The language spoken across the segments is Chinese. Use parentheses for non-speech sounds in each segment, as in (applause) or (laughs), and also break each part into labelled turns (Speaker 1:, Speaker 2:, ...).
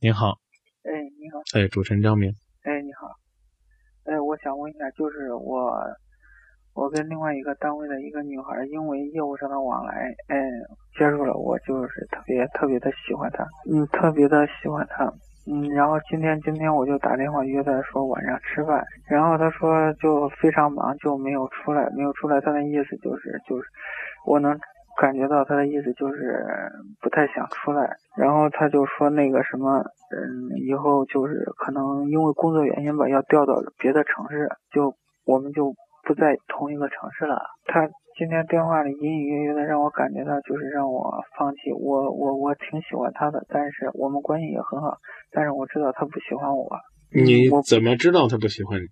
Speaker 1: 您好，
Speaker 2: 哎，你好，
Speaker 1: 哎，主持人张明，
Speaker 2: 哎，你好，哎，我想问一下，就是我，我跟另外一个单位的一个女孩，因为业务上的往来，哎，接触了我，就是特别特别的喜欢她，嗯，特别的喜欢她，嗯，然后今天今天我就打电话约她说晚上吃饭，然后她说就非常忙，就没有出来，没有出来，她的意思就是就是，我能感觉到他的意思就是不太想出来，然后他就说那个什么，嗯，以后就是可能因为工作原因吧，要调到别的城市，就我们就不在同一个城市了。他今天电话里隐隐约约的让我感觉到，就是让我放弃。我我我挺喜欢他的，但是我们关系也很好，但是我知道他不喜欢我。
Speaker 1: 你
Speaker 2: 嗯我
Speaker 1: 怎么知道他不喜欢你？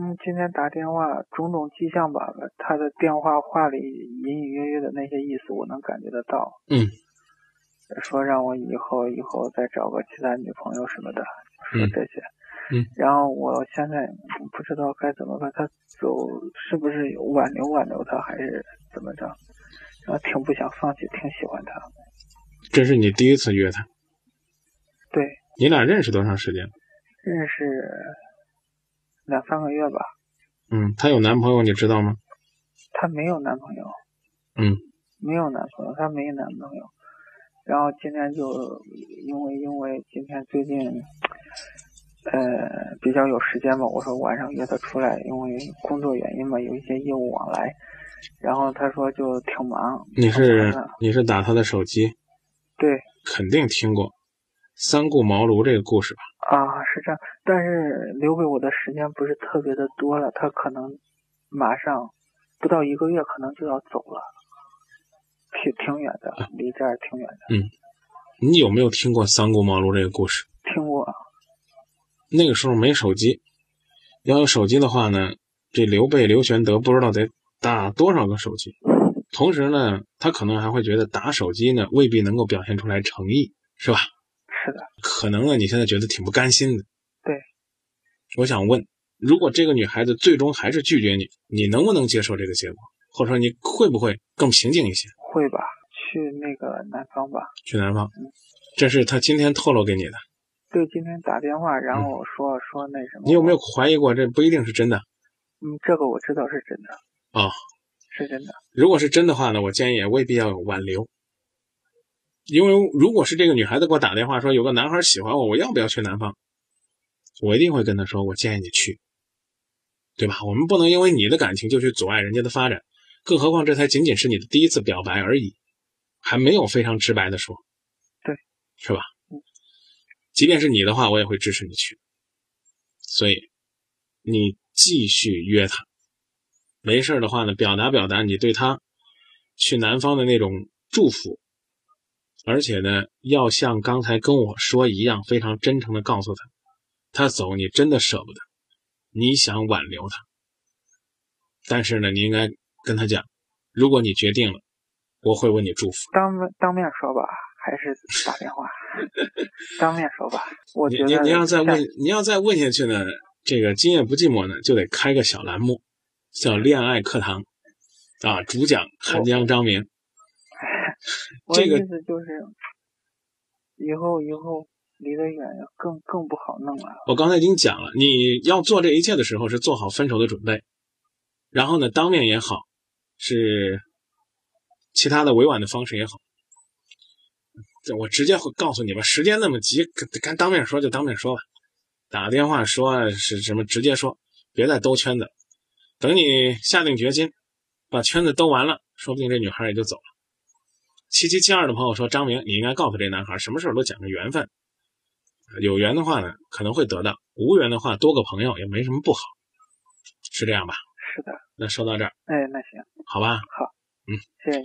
Speaker 2: 嗯，今天打电话，种种迹象吧，他的电话话里隐隐约约的那些意思，我能感觉得到。
Speaker 1: 嗯，
Speaker 2: 说让我以后以后再找个其他女朋友什么的，说
Speaker 1: 嗯
Speaker 2: 这些。
Speaker 1: 嗯
Speaker 2: 然后我现在嗯不知道该怎么办，他走是不是有挽留挽留他，还是怎么着？然后挺不想放弃，挺喜欢他。
Speaker 1: 这是你第一次约他，
Speaker 2: 对，
Speaker 1: 你俩认识多长时间？
Speaker 2: 认识两三个月吧，
Speaker 1: 嗯，她有男朋友，你知道吗？
Speaker 2: 她没有男朋友。
Speaker 1: 嗯，
Speaker 2: 没有男朋友，她没男朋友。然后今天就因为因为今天最近，呃，比较有时间嘛，我说晚上约她出来，因为工作原因嘛，有一些业务往来。然后她说就挺忙。
Speaker 1: 你是
Speaker 2: 挺忙的
Speaker 1: 你是打她的手机，
Speaker 2: 对
Speaker 1: 肯定听过三顾茅庐这个故事吧？
Speaker 2: 啊，是这样，但是留给我的时间不是特别的多了，她可能马上不到一个月，可能就要走了，挺挺远的，离这儿挺远的。
Speaker 1: 你有没有听过三顾茅庐这个故事？
Speaker 2: 听过，
Speaker 1: 那个时候没手机，要有手机的话呢，这刘备、刘玄德不知道得打多少个手机。同时呢，他可能还会觉得打手机呢未必能够表现出来诚意，是吧？
Speaker 2: 是的，
Speaker 1: 可能呢，你现在觉得挺不甘心的。
Speaker 2: 对，
Speaker 1: 我想问，如果这个女孩子最终还是拒绝你，你能不能接受这个结果？或者说你会不会更平静一些？
Speaker 2: 会吧？去那个南方吧。
Speaker 1: 去南方，这是她今天透露给你的。
Speaker 2: 对，今天打电话，然后说、说那什么。
Speaker 1: 嗯你有没有？怀疑过这不一定是真的
Speaker 2: 嗯，这个我知道是真的，
Speaker 1: 啊、
Speaker 2: 是真的。
Speaker 1: 如果是真的话呢，我建议也未必要有挽留，因为如果是这个女孩子给我打电话说有个男孩喜欢我，我要不要去南方？我一定会跟她说，我建议你去，对吧？我们不能因为你的感情就去阻碍人家的发展，更何况这才仅仅是你的第一次表白而已，还没有非常直白的说，
Speaker 2: 对，
Speaker 1: 是吧
Speaker 2: 嗯？
Speaker 1: 即便是你的话，我也会支持你去，所以你继续约她。没事儿的话呢，表达表达你对他去南方的那种祝福，而且呢，要像刚才跟我说一样，非常真诚的告诉他，他走你真的舍不得，你想挽留他，但是呢，你应该跟他讲，如果你决定了，我会为你祝福。
Speaker 2: 当面当面说吧，还是打电话？ (laughs) 当面说吧，我
Speaker 1: 你
Speaker 2: 觉
Speaker 1: 你
Speaker 2: 得
Speaker 1: 你要再
Speaker 2: 在
Speaker 1: 问，你要再问下去呢，这个今夜不寂寞呢，就得开个小栏目，叫恋爱课堂，啊，主讲韩江、张明。
Speaker 2: 我的
Speaker 1: 这个
Speaker 2: 意思就是，以后以后离得远更更不好弄了。
Speaker 1: 我刚才已经讲了，你要做这一切的时候是做好分手的准备，然后呢，当面也好，是其他的委婉的方式也好，这我直接会告诉你吧，时间那么急，跟跟当面说就当面说吧，打个电话说是什么直接说，别再兜圈子。等你下定决心，把圈子兜完了，说不定这女孩也就走了。七七七二的朋友说，张明，你应该告诉这男孩，什么事儿都讲个缘分。有缘的话呢，可能会得到；无缘的话，多个朋友也没什么不好，是这样吧？
Speaker 2: 是的，
Speaker 1: 那说到这儿，
Speaker 2: 哎，那行，
Speaker 1: 好吧？
Speaker 2: 谢谢你。